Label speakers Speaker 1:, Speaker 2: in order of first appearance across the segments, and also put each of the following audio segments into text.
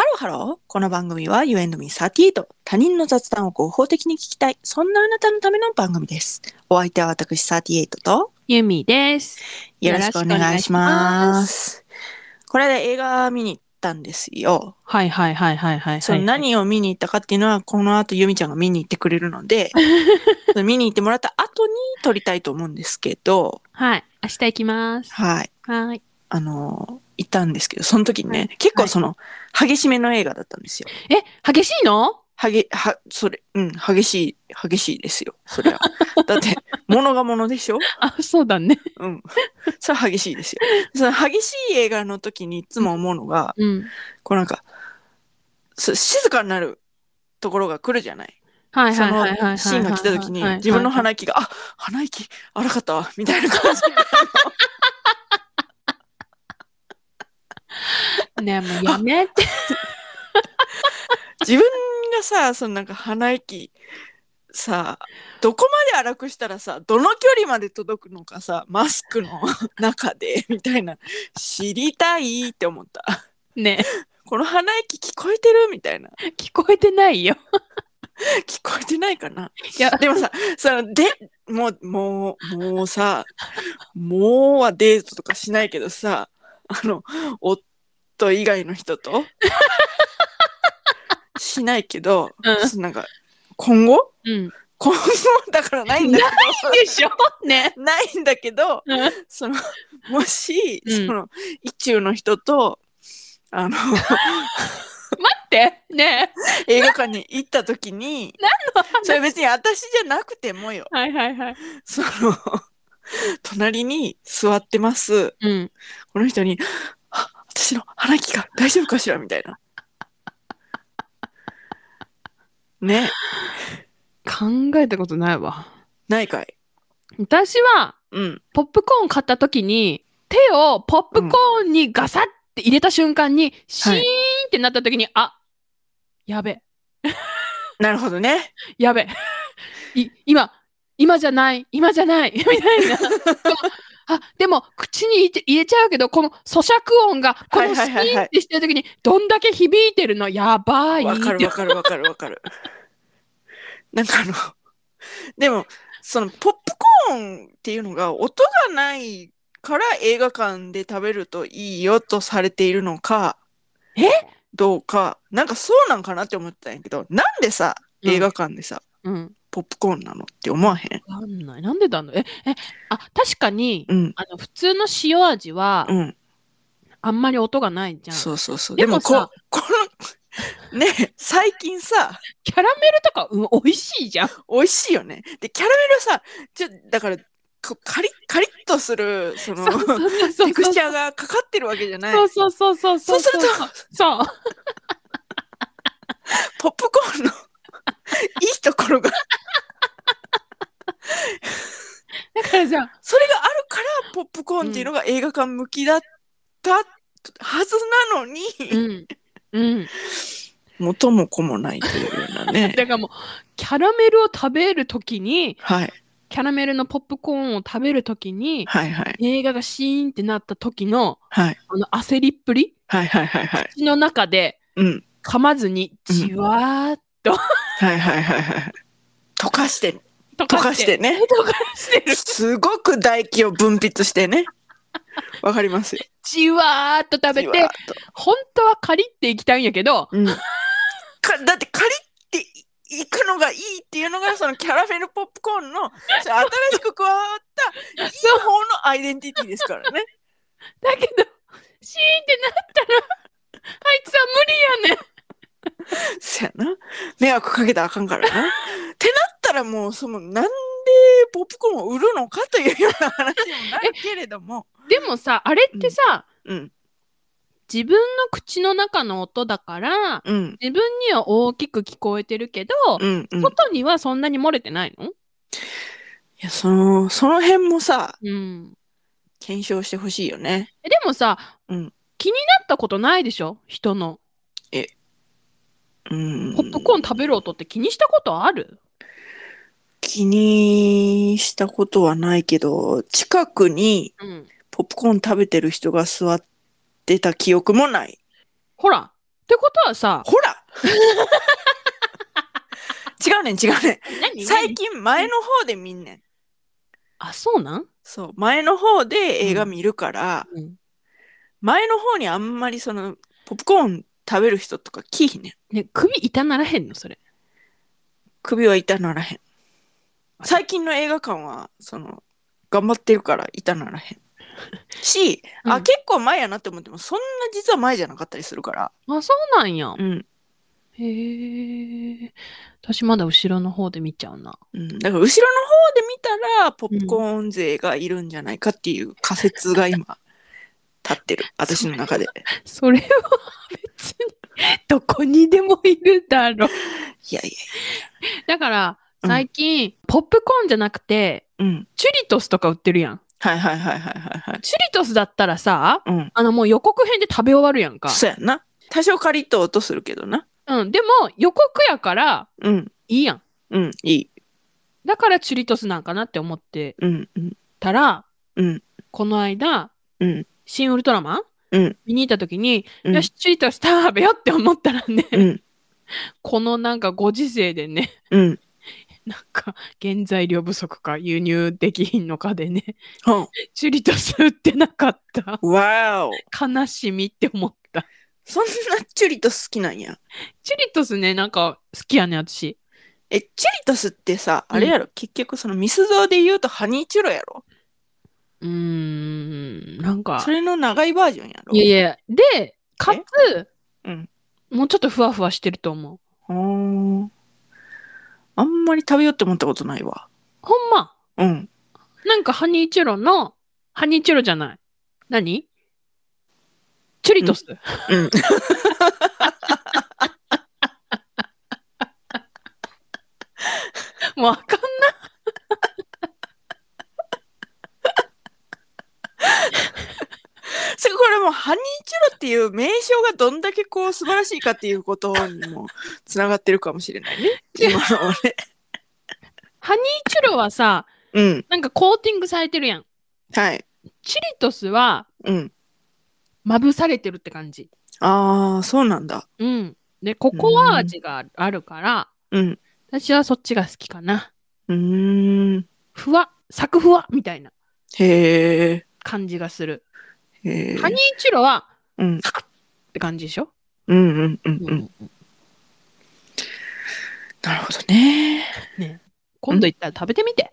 Speaker 1: ロハロー。この番組は You and me38。他人の雑談を合法的に聞きたい。そんなあなたのための番組です。お相手は私38と
Speaker 2: ゆみです。
Speaker 1: よろしくお願いします。これで映画見に行ったんですよ。
Speaker 2: はいはいはいはいはい、はい。
Speaker 1: その何を見に行ったかっていうのは、この後ゆみちゃんが見に行ってくれるの で、見に行ってもらった後に撮りたいと思うんですけど、
Speaker 2: はい。明日行きます。
Speaker 1: はい。
Speaker 2: はい。
Speaker 1: あの、行ったんですけど、その時にね、
Speaker 2: は
Speaker 1: 結構その、激しめの映画だったんですよ。
Speaker 2: え、激しいの
Speaker 1: はげ、は、それ、うん、激しい、激しいですよ。そ れは。だって、物が物でしょ
Speaker 2: あ、そうだね。
Speaker 1: うん。 それは激しいですよ。その激しい映画の時にいつも思うのが、
Speaker 2: うん。
Speaker 1: こうなんか、す静かになるところが来るじゃない。
Speaker 2: はい
Speaker 1: そ
Speaker 2: はい
Speaker 1: の
Speaker 2: はいはいはいはい。
Speaker 1: シーンが来た時に、自分の鼻息が、あ、鼻息荒かったわ、みたいな感じ。
Speaker 2: ねもうやめて。
Speaker 1: 自分がさ、そのなんか鼻息、さどこまで荒くしたらさどの距離まで届くのかさマスクの中でみたいな知りたいって思った
Speaker 2: ね
Speaker 1: この鼻息聞こえてるみたいな
Speaker 2: 聞こえてないよ。
Speaker 1: 聞こえてないかない
Speaker 2: や、
Speaker 1: でもさそのでもうもうもうさもうはデートとかしないけどさあの夫以外の人 としないけど、
Speaker 2: うん
Speaker 1: そのなんか今後
Speaker 2: うん。
Speaker 1: 今後だからないんだけ
Speaker 2: でしょね
Speaker 1: どないんだけど
Speaker 2: うん
Speaker 1: そのもし、
Speaker 2: うん
Speaker 1: その一中の人とあ の
Speaker 2: って。ね
Speaker 1: 映画館に行った時にそれ別に私じゃなくてもよ
Speaker 2: はいはいはい。
Speaker 1: その隣に座ってます
Speaker 2: うん。
Speaker 1: この人に「あ私の鼻息が大丈夫かしら?」みたいな。ね
Speaker 2: 考えたことないわ。
Speaker 1: ないかい。
Speaker 2: 私は、
Speaker 1: うん。
Speaker 2: ポップコーン買った時に、手をポップコーンにガサッて入れた瞬間に、シーンってなった時に、あ、やべ。
Speaker 1: なるほどね。
Speaker 2: やべ い今今じゃない今じゃない みた いなこうあでも口に入れ入れちゃうけどこの咀嚼音がこ
Speaker 1: は
Speaker 2: の
Speaker 1: い
Speaker 2: シ
Speaker 1: はいはいはい
Speaker 2: ーンってしてる時にどんだけ響いてるのやばい
Speaker 1: わか
Speaker 2: っ
Speaker 1: る
Speaker 2: て
Speaker 1: わかるわかるわかる。 なんかあの、でも、そのポップコーンっていうのが音がないから映画館で食べるといいよとされているのか、
Speaker 2: え
Speaker 1: どうか、なんかそうなんかなって思ってたんやけど、なんでさ、
Speaker 2: うん
Speaker 1: 映画館でさ、
Speaker 2: うん
Speaker 1: ポップコーンなのって思わへん
Speaker 2: わかんないなんでだのええあ確かに、
Speaker 1: うん。
Speaker 2: あの普通の塩味は、
Speaker 1: うん。
Speaker 2: あんまり音がないじゃん
Speaker 1: そうそうそう。で
Speaker 2: で
Speaker 1: も
Speaker 2: も
Speaker 1: こ
Speaker 2: さ、
Speaker 1: この、ねえ最近さ、
Speaker 2: キャラメルとか、うん、美味しいじゃん
Speaker 1: 美味しいよね。で、キャラメルさ、ちょ、だから、こカリッ、カリッとする、その、
Speaker 2: そうそうそうそう
Speaker 1: テクスチャーがかかってるわけじゃない。
Speaker 2: そうそうそうそうそう
Speaker 1: そうする
Speaker 2: そう
Speaker 1: ポップコ ーンのいいところが、
Speaker 2: だからじゃあ
Speaker 1: それがあるからポップコーンっていうのが映画館向きだったはずなのに、
Speaker 2: うんうん
Speaker 1: 元も子もないというような ね。
Speaker 2: だからもうキャラメルを食べるときに
Speaker 1: はい、
Speaker 2: キャラメルのポップコーンを食べるときに
Speaker 1: はい、はい、
Speaker 2: 映画がシーンってなった時の
Speaker 1: はい、
Speaker 2: あの焦りっぷり
Speaker 1: はい、はい、はい、はい。
Speaker 2: 口の中で
Speaker 1: うん。
Speaker 2: 噛まずに
Speaker 1: うん
Speaker 2: じわーっ
Speaker 1: はい、はい、はい、はい。溶かして、
Speaker 2: と
Speaker 1: 溶かしてね。
Speaker 2: 溶かしてる
Speaker 1: すごく唾液を分泌してね。わかりますよ。
Speaker 2: じわーっと食べ
Speaker 1: じわー
Speaker 2: て
Speaker 1: っと
Speaker 2: 本当はカリっていきたいんやけど
Speaker 1: うん、かだってカリっていいくのがいいっていうのがそのキャラメルポップコーンのその新しく加わったい い方のアイデンティティですからね。
Speaker 2: だけどシーンってなったらあいつは無理やねん
Speaker 1: そやな迷惑かけたらあかんからな。ってなったらもうそのなんでポップコーンを売るのかというような話にもなるけれど も。
Speaker 2: でもさあれってさ、
Speaker 1: うん
Speaker 2: 自分の口の中の音だから
Speaker 1: うん
Speaker 2: 自分には大きく聞こえてるけど、
Speaker 1: うんうん、い
Speaker 2: 外にはそんなに漏れてないの
Speaker 1: やそのその辺もさ
Speaker 2: うん。
Speaker 1: 検証してほしいよね。
Speaker 2: えでもさ、
Speaker 1: うん
Speaker 2: 気になったことないでしょ人の。
Speaker 1: うん、
Speaker 2: ポップコーン食べる音って気にしたことある
Speaker 1: 気にしたことはないけど近くに
Speaker 2: うん。
Speaker 1: ポップコーン食べてる人が座ってた記憶もない。
Speaker 2: ほら。ってこことはさ、
Speaker 1: ほら 違うねん違うねん
Speaker 2: 何
Speaker 1: 最近前の方で見んねん
Speaker 2: あ、そうなん、
Speaker 1: そう前の方で映画見るから、
Speaker 2: うん
Speaker 1: 前の方にあんまりそのポップコーン食べる人とか聞いひんねん
Speaker 2: ね、首痛ならへんのそれ。
Speaker 1: 首は痛ならへん最近の映画館はその頑張ってるから痛ならへんし、
Speaker 2: う
Speaker 1: あ
Speaker 2: ん
Speaker 1: 結構前やなって思ってもそんな実は前じゃなかったりするから
Speaker 2: あ、そうなんや。
Speaker 1: うん、
Speaker 2: へえ。私まだ後ろの方で見ちゃうな。
Speaker 1: うん、だから後ろの方で見たらポップコーン勢がいるんじゃないかっていう仮説が 今立ってる私の中で
Speaker 2: それは別に、どこにでもいるだろう。
Speaker 1: いやい
Speaker 2: だから、
Speaker 1: うん
Speaker 2: 最近、ポップコーンじゃなくて、
Speaker 1: やうん
Speaker 2: チュリトスとか売ってるやん。
Speaker 1: はいはいはいはいはいはい
Speaker 2: チュリトスだったらさ、
Speaker 1: うん
Speaker 2: あのもう予告編で食べ終わるやんか。
Speaker 1: そうやんな多少カリッと音するけどな
Speaker 2: うん。でも、予告やから、
Speaker 1: うん
Speaker 2: いいやん。
Speaker 1: うんいい
Speaker 2: だからチュリトスなんかなって思って
Speaker 1: うんうん
Speaker 2: たら、
Speaker 1: うん
Speaker 2: この間、
Speaker 1: うん
Speaker 2: 新ウルトラマン、
Speaker 1: うん
Speaker 2: 見に行った時に、
Speaker 1: うん
Speaker 2: よし、チュリトス食べようって思ったらね、
Speaker 1: うん
Speaker 2: このなんかご時世でね、
Speaker 1: うん
Speaker 2: なんか原材料不足か輸入できひんのかでね、
Speaker 1: ほ
Speaker 2: チュリトス売ってなかった。
Speaker 1: うわお
Speaker 2: 悲しみって思った。
Speaker 1: そんなチュリトス好きなんや
Speaker 2: チュリトスね、なんか好きやね、私。
Speaker 1: え、チュリトスってさ、あれやろ、結局そのミスドで言うとハニーチュロやろ
Speaker 2: うーん、なんか
Speaker 1: そ。れの長いバージョンやろ
Speaker 2: いやいや、で、かつ、
Speaker 1: うん。
Speaker 2: もうちょっとふわふわしてると思う。
Speaker 1: ほーんあんまり食べようって思ったことないわ。
Speaker 2: ほんま。
Speaker 1: うん。
Speaker 2: なんかハニーチュロの、ハニーチュロじゃない。何チュリトス。
Speaker 1: うん。
Speaker 2: もうあかん
Speaker 1: それこれもうハニーチュロっていう名称がどんだけこう素晴らしいかっていうことにもつながってるかもしれないね。今のはね。
Speaker 2: ハニーチュロはさ、
Speaker 1: うん。
Speaker 2: なんかコーティングされてるやん。
Speaker 1: はい。
Speaker 2: チュリトスは、
Speaker 1: うん。
Speaker 2: まぶされてるって感じ。
Speaker 1: ああ、そうなんだ。
Speaker 2: うん。で、ココア味があるあるから、
Speaker 1: うん。
Speaker 2: 私はそっちが好きかな。
Speaker 1: うーん。
Speaker 2: ふわ、サクふわみたいな
Speaker 1: へえ。
Speaker 2: 感じがする。
Speaker 1: へえ。
Speaker 2: ハニーチュロは、
Speaker 1: うん。
Speaker 2: サクッって感じでしょ、
Speaker 1: うんうんうんうん。なるほどね。
Speaker 2: ね今度行ったら食べてみて。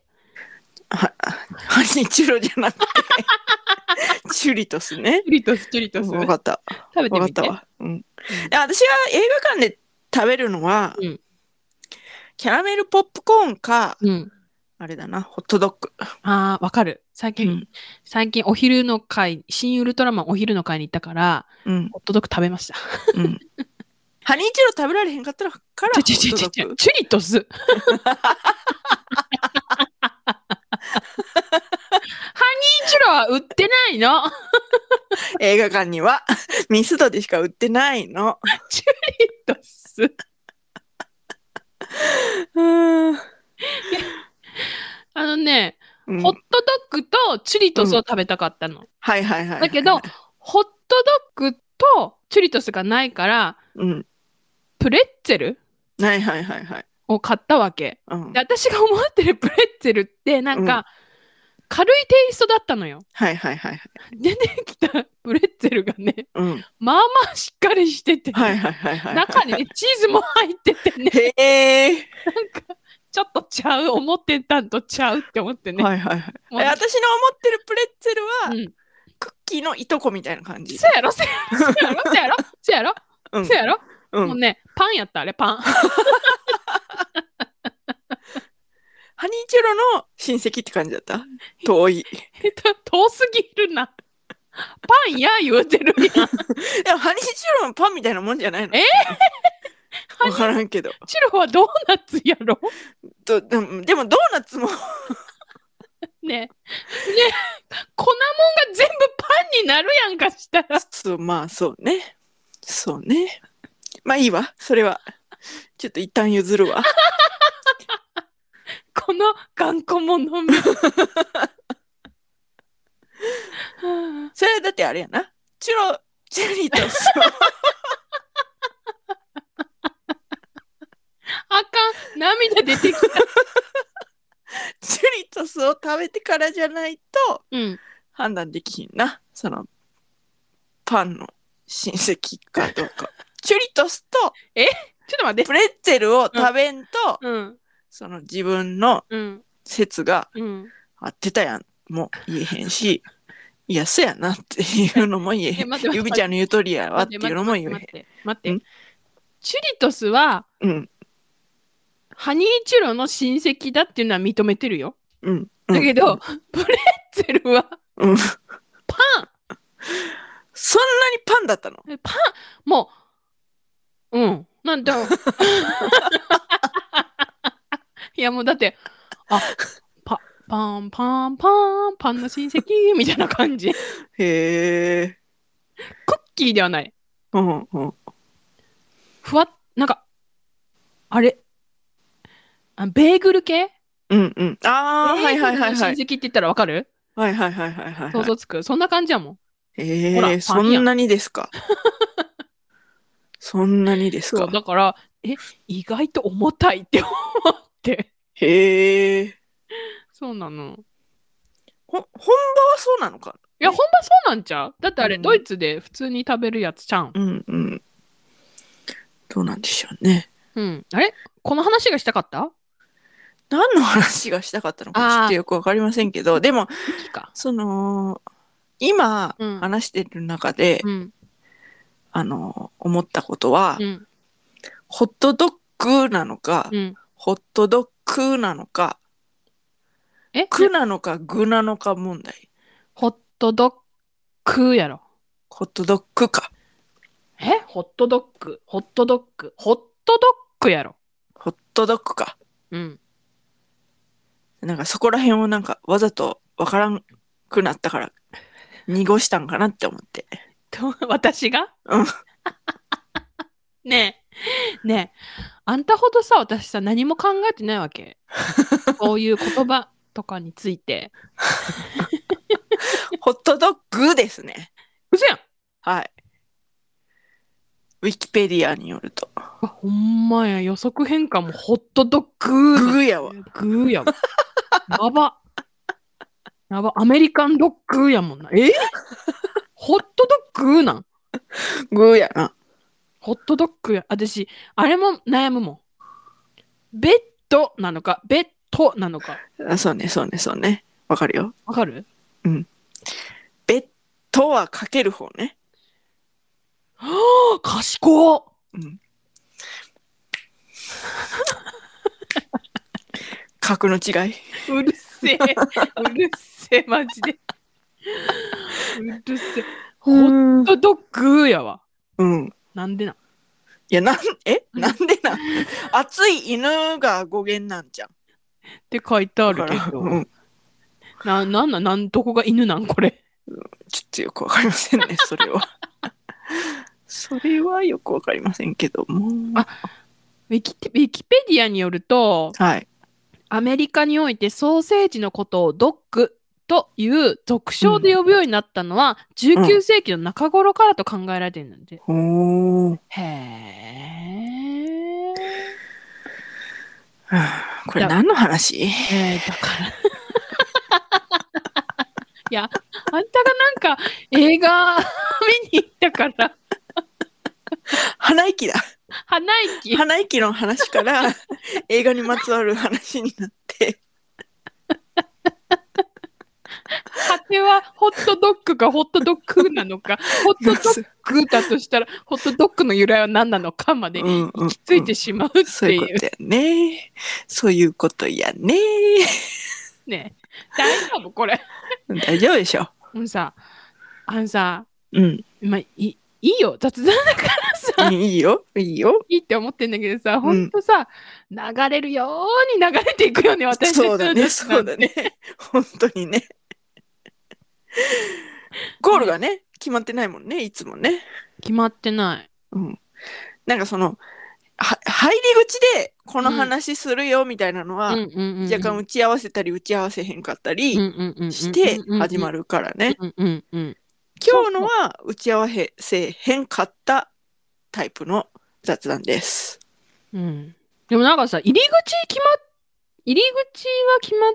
Speaker 1: は、ハニーチュロじゃなくて、チュリトスね。
Speaker 2: チュリトス、チュリトス。
Speaker 1: わ
Speaker 2: 食
Speaker 1: かった。
Speaker 2: べて
Speaker 1: わかっ
Speaker 2: みて
Speaker 1: た。わ。うん。いや私は映画館で食べるのは、
Speaker 2: うん
Speaker 1: キャラメルポップコーンか、
Speaker 2: うん。
Speaker 1: あれだな、ホットドッグ。
Speaker 2: あーわかる。最近、
Speaker 1: うん
Speaker 2: 最近お昼の会、新ウルトラマンお昼の会に行ったから、
Speaker 1: うん。
Speaker 2: ホットドッグ食べました。
Speaker 1: うん。 ハニーチュロ食べられへんかったらから、ホ
Speaker 2: ちょち
Speaker 1: ッ
Speaker 2: ょち
Speaker 1: ト
Speaker 2: ょち
Speaker 1: ドッ
Speaker 2: ょ
Speaker 1: グ。
Speaker 2: チュリトス。ハニーチュロは売ってないの。
Speaker 1: 映画館には、 ミスドでしか売ってないの。
Speaker 2: チュリトス。
Speaker 1: うん。
Speaker 2: あのね、
Speaker 1: うん
Speaker 2: ホットドッグとチュリトスを食べたかったの。
Speaker 1: はいはいはい。
Speaker 2: だけど、、ホットドッグとチュリトスがないから、
Speaker 1: うん。
Speaker 2: プレッツェル
Speaker 1: はいはいはいはい。
Speaker 2: を買ったわけ。
Speaker 1: うん
Speaker 2: で。私が思ってるプレッツェルってなんか、
Speaker 1: うん
Speaker 2: 軽いテイストだったのよ
Speaker 1: はいはいはいはい。
Speaker 2: 出てきたプレッツェルがね
Speaker 1: うん。
Speaker 2: まあまあしっかりしてて、
Speaker 1: はいはいはいはい。
Speaker 2: 中にねチーズも入っててね
Speaker 1: へえ。
Speaker 2: ちょっとちゃう思ってたんとちゃうって思ってね、
Speaker 1: はいはいはい。
Speaker 2: もう
Speaker 1: え私の思ってるプレッツェルは、
Speaker 2: うん、
Speaker 1: クッキーのいとこみたいな感じ。
Speaker 2: そやろそやろそやろそやろ
Speaker 1: う
Speaker 2: そやろ
Speaker 1: ん
Speaker 2: そやろ、
Speaker 1: う。
Speaker 2: もうんねパンやったあれパン
Speaker 1: ハニーチュロの親戚って感じだった遠い。
Speaker 2: えっと遠すぎるなパンや言うてるやん
Speaker 1: でもハニーチュロもパンみたいなもんじゃないの
Speaker 2: え
Speaker 1: わからんけど。
Speaker 2: チロはドーナツやろ
Speaker 1: とでもでもドーナツも
Speaker 2: ねね粉もんが全部パンになるやんかしたら
Speaker 1: そうまあそうね。そうね。まあいいわ。それは。ちょっと一旦譲るわ。
Speaker 2: この頑固者め
Speaker 1: それはだってあれやな。チュロ、チュリトスを
Speaker 2: 涙出てきた。
Speaker 1: チュリトスを食べてからじゃないと
Speaker 2: うん。
Speaker 1: 判断できひんなそのパンの親戚かどうか チュリトスと
Speaker 2: ちょっと待って。
Speaker 1: プレッツェルを食べんと、
Speaker 2: うん。
Speaker 1: その自分の
Speaker 2: うん。
Speaker 1: 説が
Speaker 2: うん。
Speaker 1: 合ってたやんも言えへんしいやそやなっていうのも言えへ
Speaker 2: え、
Speaker 1: ん
Speaker 2: 待って
Speaker 1: ゆ
Speaker 2: 待
Speaker 1: び
Speaker 2: っ
Speaker 1: ち
Speaker 2: て。
Speaker 1: ゃんの言うとりやわっていうのも言えへん
Speaker 2: 待って。待って
Speaker 1: ん。
Speaker 2: チュリトスは、
Speaker 1: うん
Speaker 2: ハニーチュロの親戚だっていうのは認めてるよ。
Speaker 1: うんうん
Speaker 2: だけど、プレッツェルは
Speaker 1: うん
Speaker 2: パン
Speaker 1: そんなにパンだったの
Speaker 2: えパンもううんなんだいやもうだってあパパンパンパンパンの親戚みたいな感じク
Speaker 1: へえ
Speaker 2: ッキーではない
Speaker 1: うんうん
Speaker 2: ふわっなんかあれあベーグル系
Speaker 1: うんうんああ
Speaker 2: ベ
Speaker 1: はい
Speaker 2: ー
Speaker 1: はい
Speaker 2: グル
Speaker 1: はい
Speaker 2: の親
Speaker 1: は
Speaker 2: 戚
Speaker 1: い
Speaker 2: って言ったらわかる
Speaker 1: はいはいはいはいはい
Speaker 2: 想
Speaker 1: はい
Speaker 2: 像つくそんな感じやもん
Speaker 1: え
Speaker 2: ほ
Speaker 1: え
Speaker 2: らパンや
Speaker 1: ー、
Speaker 2: ん
Speaker 1: そんなにです かそんなにです
Speaker 2: そう
Speaker 1: か
Speaker 2: だからえ意外と重たいって思って
Speaker 1: へえ
Speaker 2: そうなの
Speaker 1: ほ本場はそうなのか
Speaker 2: いや、ほんまそうなんちゃうだってあれ、
Speaker 1: うん
Speaker 2: ドイツで普通に食べるやつちゃうん。
Speaker 1: うんうんどうなんでしょうね
Speaker 2: うん。あれこの話がしたかった
Speaker 1: 何の話がしたかったのかち
Speaker 2: あー
Speaker 1: ょっとよくわかりませんけどでも
Speaker 2: いいか。
Speaker 1: その今
Speaker 2: うん
Speaker 1: 話してる中で、
Speaker 2: うん。
Speaker 1: あの思ったことは、
Speaker 2: うん。
Speaker 1: ホットドッグなのか、
Speaker 2: うん。
Speaker 1: ホットドッグなのか
Speaker 2: え
Speaker 1: くなのか具なのか問題
Speaker 2: ホットドッグやろ。
Speaker 1: ホットドッグか
Speaker 2: えホットドッグ。ホットドッグ。ホットドッグやろ。
Speaker 1: ホットドッグか
Speaker 2: うん。
Speaker 1: なんかそこら辺をなんかわざとわからんくなったから濁したんかなって思って
Speaker 2: と、 私が
Speaker 1: うん。
Speaker 2: ねえ。ねえ。あんたほどさ、私さ、何も考えてないわ け。こういう言葉とかについて。
Speaker 1: ホットドッグですね
Speaker 2: 嘘やん
Speaker 1: はいウィキペディアによると
Speaker 2: あほんまや、予測変換もホットドッグー。
Speaker 1: グやわ
Speaker 2: グーやもん。やば。やば。アメリカンドッグーやもんな。えホットドッグーなん
Speaker 1: グやな
Speaker 2: ホットドッグや。私、あれも悩むもん。ベッドなのか、ベッドなのか。
Speaker 1: あそうねそうねそうねわかるよ
Speaker 2: わかる
Speaker 1: ベッドはかける方ね
Speaker 2: はあ、賢っ
Speaker 1: うん格の違いう
Speaker 2: るせえ。うるせえ、マジで。うるせえ。ホッ
Speaker 1: ん
Speaker 2: トドッグーやわ。
Speaker 1: うん
Speaker 2: なんでなん
Speaker 1: いやなんえなんでなん熱い犬が語源なんじゃん
Speaker 2: って書いてあ
Speaker 1: だ
Speaker 2: る
Speaker 1: か
Speaker 2: け
Speaker 1: ら、
Speaker 2: ど。
Speaker 1: うん、
Speaker 2: な、なんなん、なん、どこが犬なんこれ。
Speaker 1: ちょっとよくわかりません ねそれはそれはよくわかりませんけども
Speaker 2: あウィキテウィキペディアによると、
Speaker 1: はい
Speaker 2: アメリカにおいてソーセージのことをドッグという俗称で呼ぶようになったのは、19世紀の中頃からと考えられているんで。
Speaker 1: おー
Speaker 2: へ
Speaker 1: はあこれ何の話
Speaker 2: え。えー、だから。 いや、あんたがなんか映画見に行ったから、
Speaker 1: 鼻息だ
Speaker 2: 花息。
Speaker 1: 鼻息の話から 映画にまつわる話になって
Speaker 2: 果てはホットドッグかホットドッグなのか、ホットドッグだとしたら、ホットドッグの由来は何なのかまで
Speaker 1: うんうんうん
Speaker 2: 行き着いてしまうっ
Speaker 1: そう
Speaker 2: て
Speaker 1: いう
Speaker 2: い
Speaker 1: こ
Speaker 2: う
Speaker 1: とやねそういうことやね
Speaker 2: ね。大丈夫これ。
Speaker 1: 大丈夫でしょ
Speaker 2: もうさ、あのさ、
Speaker 1: うん
Speaker 2: まあ、いいいよ、雑談だから さ、
Speaker 1: いいよいいよ
Speaker 2: いいって思ってんだけどさ、ほんとさ、流れるように流れていくよね、私たちの
Speaker 1: そうだね、
Speaker 2: 雑談
Speaker 1: そうだね。 本当にね。ゴールがね、決まってないもんね、いつもね。
Speaker 2: 決まってない。
Speaker 1: うん。なんかその、は入り口でこの話するよみたいなのは、
Speaker 2: うんうんうんうん、
Speaker 1: 若干打ち合わせたり打ち合わせへんかった
Speaker 2: うん
Speaker 1: り
Speaker 2: うんうんうん
Speaker 1: して始ま
Speaker 2: る。
Speaker 1: るからね。
Speaker 2: うんうんうん。
Speaker 1: 今日のは打ち合わせへんかったタイプの雑談です。
Speaker 2: うんでもなんかさ、入り口決まっ、入り口は決まっ、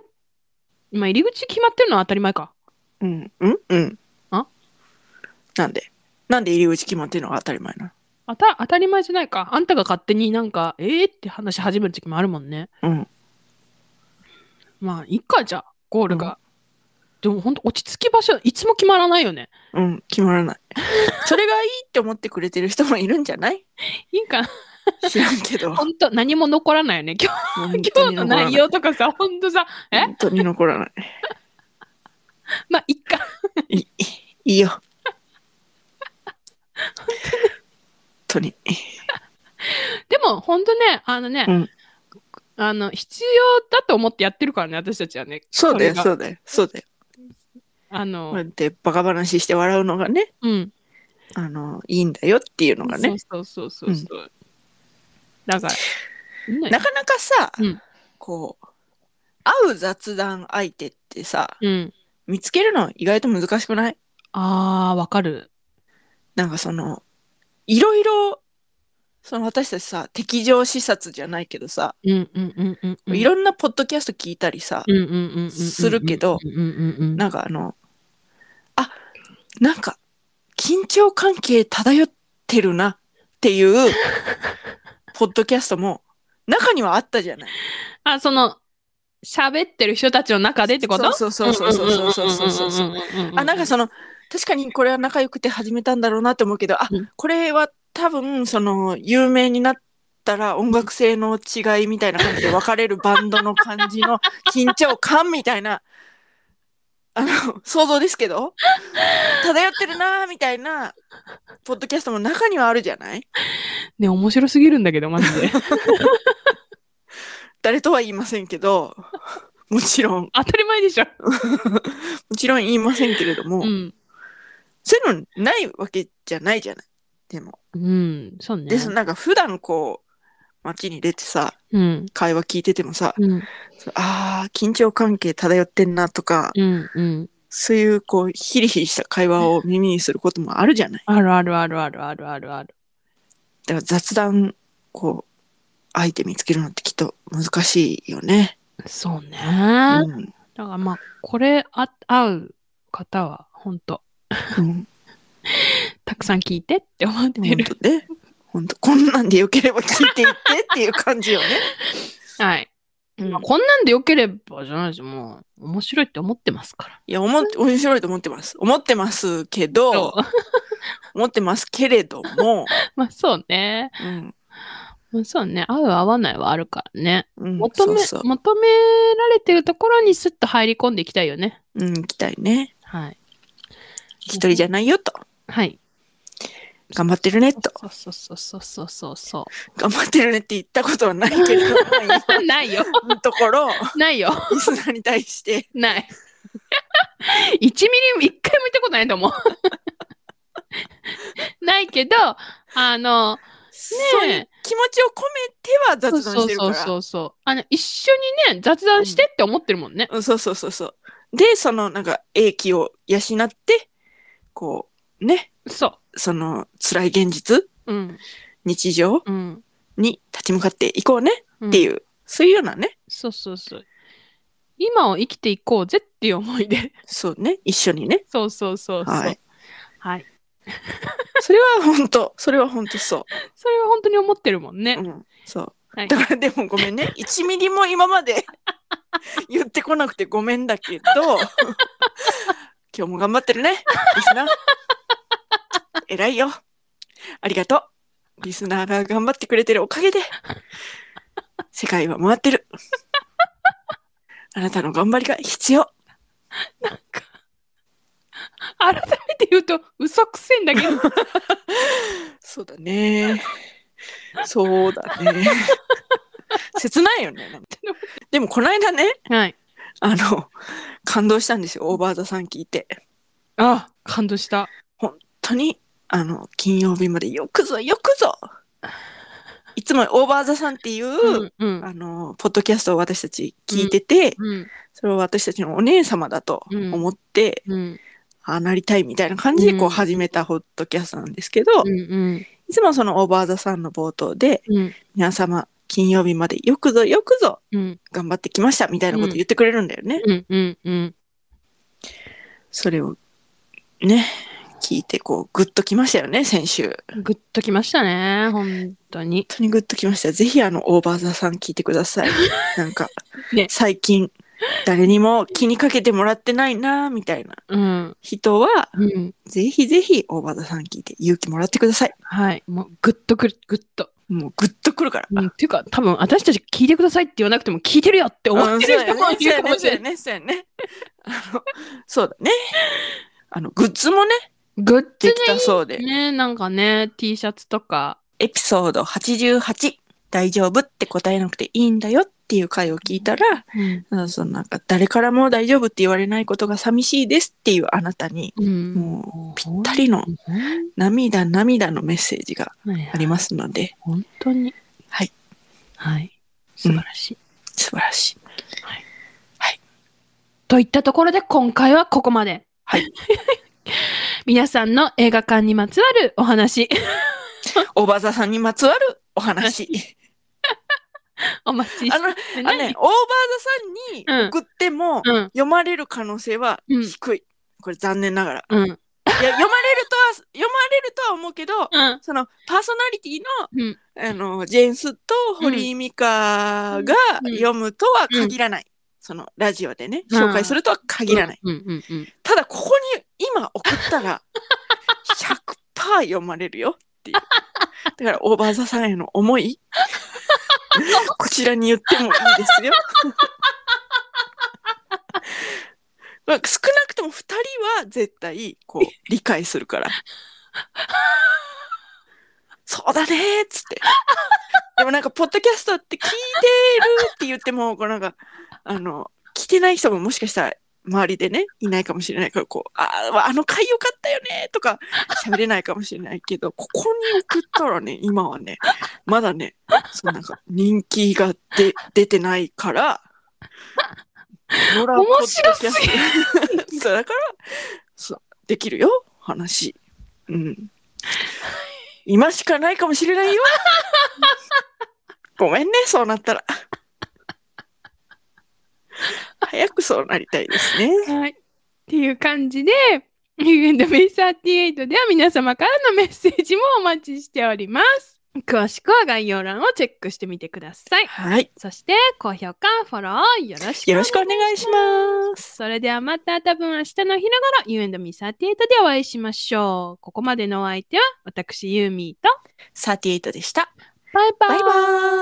Speaker 2: まあ入り口決まってるのは当たり前か。
Speaker 1: うんうんうん
Speaker 2: あ
Speaker 1: なんでなんで入り口決まってるのが当たり前な
Speaker 2: あた、当たり前じゃないか。あんたが勝手になんか、えーって話し始める時もあるもんね。
Speaker 1: のうん
Speaker 2: まあ、いっか、じゃあ、ゴールが。でもほんと落ち着き場所、いつも決まらないよね。
Speaker 1: うん決まらない それがいいって思ってくれてる人もいるんじゃない
Speaker 2: いいかな。
Speaker 1: 知らんけど
Speaker 2: ほんと、何も残らないよね。今
Speaker 1: 本
Speaker 2: 日、
Speaker 1: 当
Speaker 2: 今
Speaker 1: に
Speaker 2: 日の
Speaker 1: 残らない
Speaker 2: 内容とかさ、ほんとさ、え
Speaker 1: 本当に残らない
Speaker 2: まあ、いっか。
Speaker 1: いいいいよ本当に
Speaker 2: でも、ほんとね、あのね、
Speaker 1: うん
Speaker 2: あの、必要だと思ってやってるからね、私たちはね。
Speaker 1: そうだよ
Speaker 2: これが
Speaker 1: そうだよそうだよ
Speaker 2: あの、
Speaker 1: こうやってバカ話して笑うのがね
Speaker 2: うん。
Speaker 1: あのいいんだよっていうのがね
Speaker 2: そうそうそうそうそう。だから、いいのよ
Speaker 1: なかなかさ、
Speaker 2: うん
Speaker 1: こう合う雑談相手ってさ
Speaker 2: うん。
Speaker 1: 見つけるの意外と難しくない
Speaker 2: あー、わかる。
Speaker 1: なんかそのいろいろその私たちさ敵情視察じゃないけどさ、
Speaker 2: うんうんうんうんうん。
Speaker 1: いろんなポッドキャスト聞いたりさ、
Speaker 2: うんうんうんうんうん
Speaker 1: するけど
Speaker 2: うんうんうんうん
Speaker 1: なんかあのあなんか緊張関係漂ってるなっていうポッドキャストも中にはあったじゃない。
Speaker 2: あ、その、喋ってる人たちの中でってこと
Speaker 1: そうそうそうそうそうそうそうそうそう。あなんか
Speaker 2: そ
Speaker 1: その確かにこれは仲良くて始めたんだろうなって思うけどあ、
Speaker 2: うん
Speaker 1: これは多分その有名になったら音楽性の違いみたいな感じで分かれるバンドの感じの緊張感みたいなあの想像ですけど漂ってるなーみたいなポッドキャストも中にはあるじゃない
Speaker 2: ね、面白すぎるんだけど、マジで。
Speaker 1: 誰とは言いませんけどもちろん
Speaker 2: 当たり前でしょ。
Speaker 1: もちろん言いませんけれども、
Speaker 2: うん。
Speaker 1: そういうのないわけじゃないじゃないでも。
Speaker 2: うん、そうね。
Speaker 1: でそのなんか普段こう街に出てさ
Speaker 2: うん。
Speaker 1: 会話聞いててもさ、
Speaker 2: うん。
Speaker 1: あー緊張関係漂ってんなとか、
Speaker 2: うん。うん。
Speaker 1: そういうこうヒリヒリした会話を耳にすることもあるじゃない。
Speaker 2: あるあるあるあるあるあるある。
Speaker 1: だから雑談こう相手見つけるのってきっと難しいよね。
Speaker 2: そうね。
Speaker 1: うん
Speaker 2: だからまあ、これ、あ、合う方は、本当
Speaker 1: うん、
Speaker 2: たくさん聞いてって思って
Speaker 1: 本
Speaker 2: る。
Speaker 1: 当ね。本当こんなんでよければ聞いていってっていう感じよ ね。
Speaker 2: はい。
Speaker 1: うん
Speaker 2: まあ、こんなんでよければじゃないし、もう、面白いって思ってますから。
Speaker 1: いや思っ面白いと思ってます。思ってますけど
Speaker 2: そう
Speaker 1: 思ってますけれども、
Speaker 2: まあ、そうね。
Speaker 1: うん
Speaker 2: まあ、そうね。合う合わないはあるからね。
Speaker 1: うん、
Speaker 2: 求め、
Speaker 1: そうそう
Speaker 2: 求められてるところにスッと入り込んでいきたいよね。
Speaker 1: うん行きたいね。
Speaker 2: はい。
Speaker 1: 一人じゃないよと
Speaker 2: はい。
Speaker 1: 頑張ってるねと
Speaker 2: そうそうそうそうそうそうそ
Speaker 1: 頑張ってるねって言ったことはない けれども
Speaker 2: う。 ないよ。
Speaker 1: 今のところ
Speaker 2: ないよ。
Speaker 1: リスナーに対して
Speaker 2: ない。1ミリも、一回も言ったことないと思う。 ないけど、あの、
Speaker 1: そういう気持ちを込めては雑
Speaker 2: そう
Speaker 1: 談
Speaker 2: そ
Speaker 1: し
Speaker 2: う
Speaker 1: てる
Speaker 2: そ
Speaker 1: か
Speaker 2: う
Speaker 1: ら
Speaker 2: そうそう。あの、一緒にね、雑談してって思ってるもんね。
Speaker 1: うんそうそうそうそうでそのなんか英気を養ってこうね
Speaker 2: そ
Speaker 1: その辛い現実
Speaker 2: う。うん。
Speaker 1: 日常
Speaker 2: うん。。
Speaker 1: に立ち向かっていこうねっていうう、そういうようなね
Speaker 2: そうそうそう。今を生きていこうぜっていう思いで。
Speaker 1: そうね一緒にね
Speaker 2: そうそうそうそう。
Speaker 1: は
Speaker 2: はいい。
Speaker 1: それは本当それは本当そ
Speaker 2: それは本当に思ってるもんね
Speaker 1: う、う。ん、そう
Speaker 2: はい
Speaker 1: だからでもごめ んね1ミリも今まで 言ってこなくてごめんだけど 今日も頑張ってるねリスナー偉いよありがとうリスナーが頑張ってくれてるおかげで世界は回ってるあなたの頑張りが必要
Speaker 2: 改めて言うと、嘘くせえんだけ ど。
Speaker 1: そうだねそうだね切ないよねなん かでもこの間ね
Speaker 2: はい。
Speaker 1: あの感動したんですよオーバーザさん聞いて
Speaker 2: ああ、感動した。
Speaker 1: 本当にあの金曜日までよくぞよくぞいつもオーバーザさんっていう、
Speaker 2: うん。うん。
Speaker 1: あのポッドキャストを私たち聞いてて、
Speaker 2: うん。
Speaker 1: それを私たちのお姉様だと
Speaker 2: うん
Speaker 1: 思って、
Speaker 2: うん。
Speaker 1: ああなりたいみたいな感じでこう
Speaker 2: うん
Speaker 1: 始めたポッドキャストなんですけど、
Speaker 2: うん。うん。
Speaker 1: いつもそのオーバーザさんの冒頭で
Speaker 2: うん。
Speaker 1: 皆様金曜日までよくぞよくぞ
Speaker 2: うん
Speaker 1: 頑張ってきましたみたいなこと言ってくれるんだよね。
Speaker 2: うんうんうん
Speaker 1: それをね、聞いてこうグッときましたよね、先週。本
Speaker 2: グッときましたね本当に
Speaker 1: 当にグッときました。ぜひあのオーバーザさん聞いてくだ さい。なんか、
Speaker 2: ね
Speaker 1: 最近誰にも気にかけてもらってないなみたいな
Speaker 2: うん
Speaker 1: 人は、
Speaker 2: うん
Speaker 1: ぜひぜひオーバーザさん聞いて勇気もらってください。
Speaker 2: はいもうグッとくるグッと、
Speaker 1: もうグッとくるから。
Speaker 2: うん、っていうか多分私たち聞いてくださいって言わなくても聞いてるよって思ってる人もいるかもしれない、
Speaker 1: うんそうやねそうやねそうやねあのそうだねあのグッズもね
Speaker 2: グッズ
Speaker 1: で
Speaker 2: ね
Speaker 1: きたそうで
Speaker 2: ねなんかね T シャツとか
Speaker 1: エピソード88大丈夫って答えなくていいんだよっていう回を聞いたら、
Speaker 2: うん、
Speaker 1: あのそのなんか誰からも大丈夫って言われないことが寂しいですっていうあなたに
Speaker 2: うん、
Speaker 1: もうぴったりの涙涙のメッセージがありますので
Speaker 2: 本当に。
Speaker 1: はい。
Speaker 2: はい。素晴らしい。
Speaker 1: 素晴らしい。
Speaker 2: といったところで今回はここまで。
Speaker 1: はい。
Speaker 2: 皆さんの映画館にまつわるお話
Speaker 1: おばざさんにまつわるお話。
Speaker 2: お待ちして
Speaker 1: あの、
Speaker 2: ね
Speaker 1: あのね、オーバーザさんに送っても、
Speaker 2: うん
Speaker 1: 読まれる可能性は
Speaker 2: うん
Speaker 1: 低い。これ残念ながら。
Speaker 2: うん
Speaker 1: いや、読まれるとは、読まれるとは思うけど、
Speaker 2: うん
Speaker 1: そのパーソナリティ
Speaker 2: うん
Speaker 1: の、あの、ジェーンスと堀井美香が
Speaker 2: うん
Speaker 1: 読むとは限らない。その、ラジオでね、
Speaker 2: うん
Speaker 1: 紹介するとは限らない。。
Speaker 2: うんうんうん。
Speaker 1: ただ、ここに今送ったら、100%読まれるよっていう。だから、オーバーザさんへの思い、こちらに言ってもいいですよ。まあ少なくとも2人は絶対こう理解するから。そうだねーっつって。でもなんか、ポッドキャストって聞いてるって言っても、こうなんか、あの、聞いてない人ももしかしたら周りでね、いないかもしれないから、こう、ああ、あの回よかったよねーとか喋れないかもしれないけど、 ここに送ったらね、今はね、まだね、そのなんか人気がで出てないから、野良
Speaker 2: 面白すぎる
Speaker 1: ポッドキャスト そうだから、そうできるよ、話。うん。今しかないかもしれないよ。ごめんね、そうなったら。早くそうなりたいですね。
Speaker 2: はい。っていう感じで、U&B38 では皆様からのメッセージもお待ちしております。詳しくは概要欄をチェックしてみてください。
Speaker 1: はい。
Speaker 2: そして、高評価、フォローよろしくお
Speaker 1: よ
Speaker 2: 願
Speaker 1: ろ
Speaker 2: い
Speaker 1: し
Speaker 2: し
Speaker 1: く
Speaker 2: ま
Speaker 1: お
Speaker 2: す。
Speaker 1: 願いします。
Speaker 2: それではまた多分明日の昼頃 You and me38 でお会いしましょう。ここまでのお相手は私ユーミーと
Speaker 1: 38でした。
Speaker 2: バイバ
Speaker 1: バイバ
Speaker 2: イ。
Speaker 1: イ。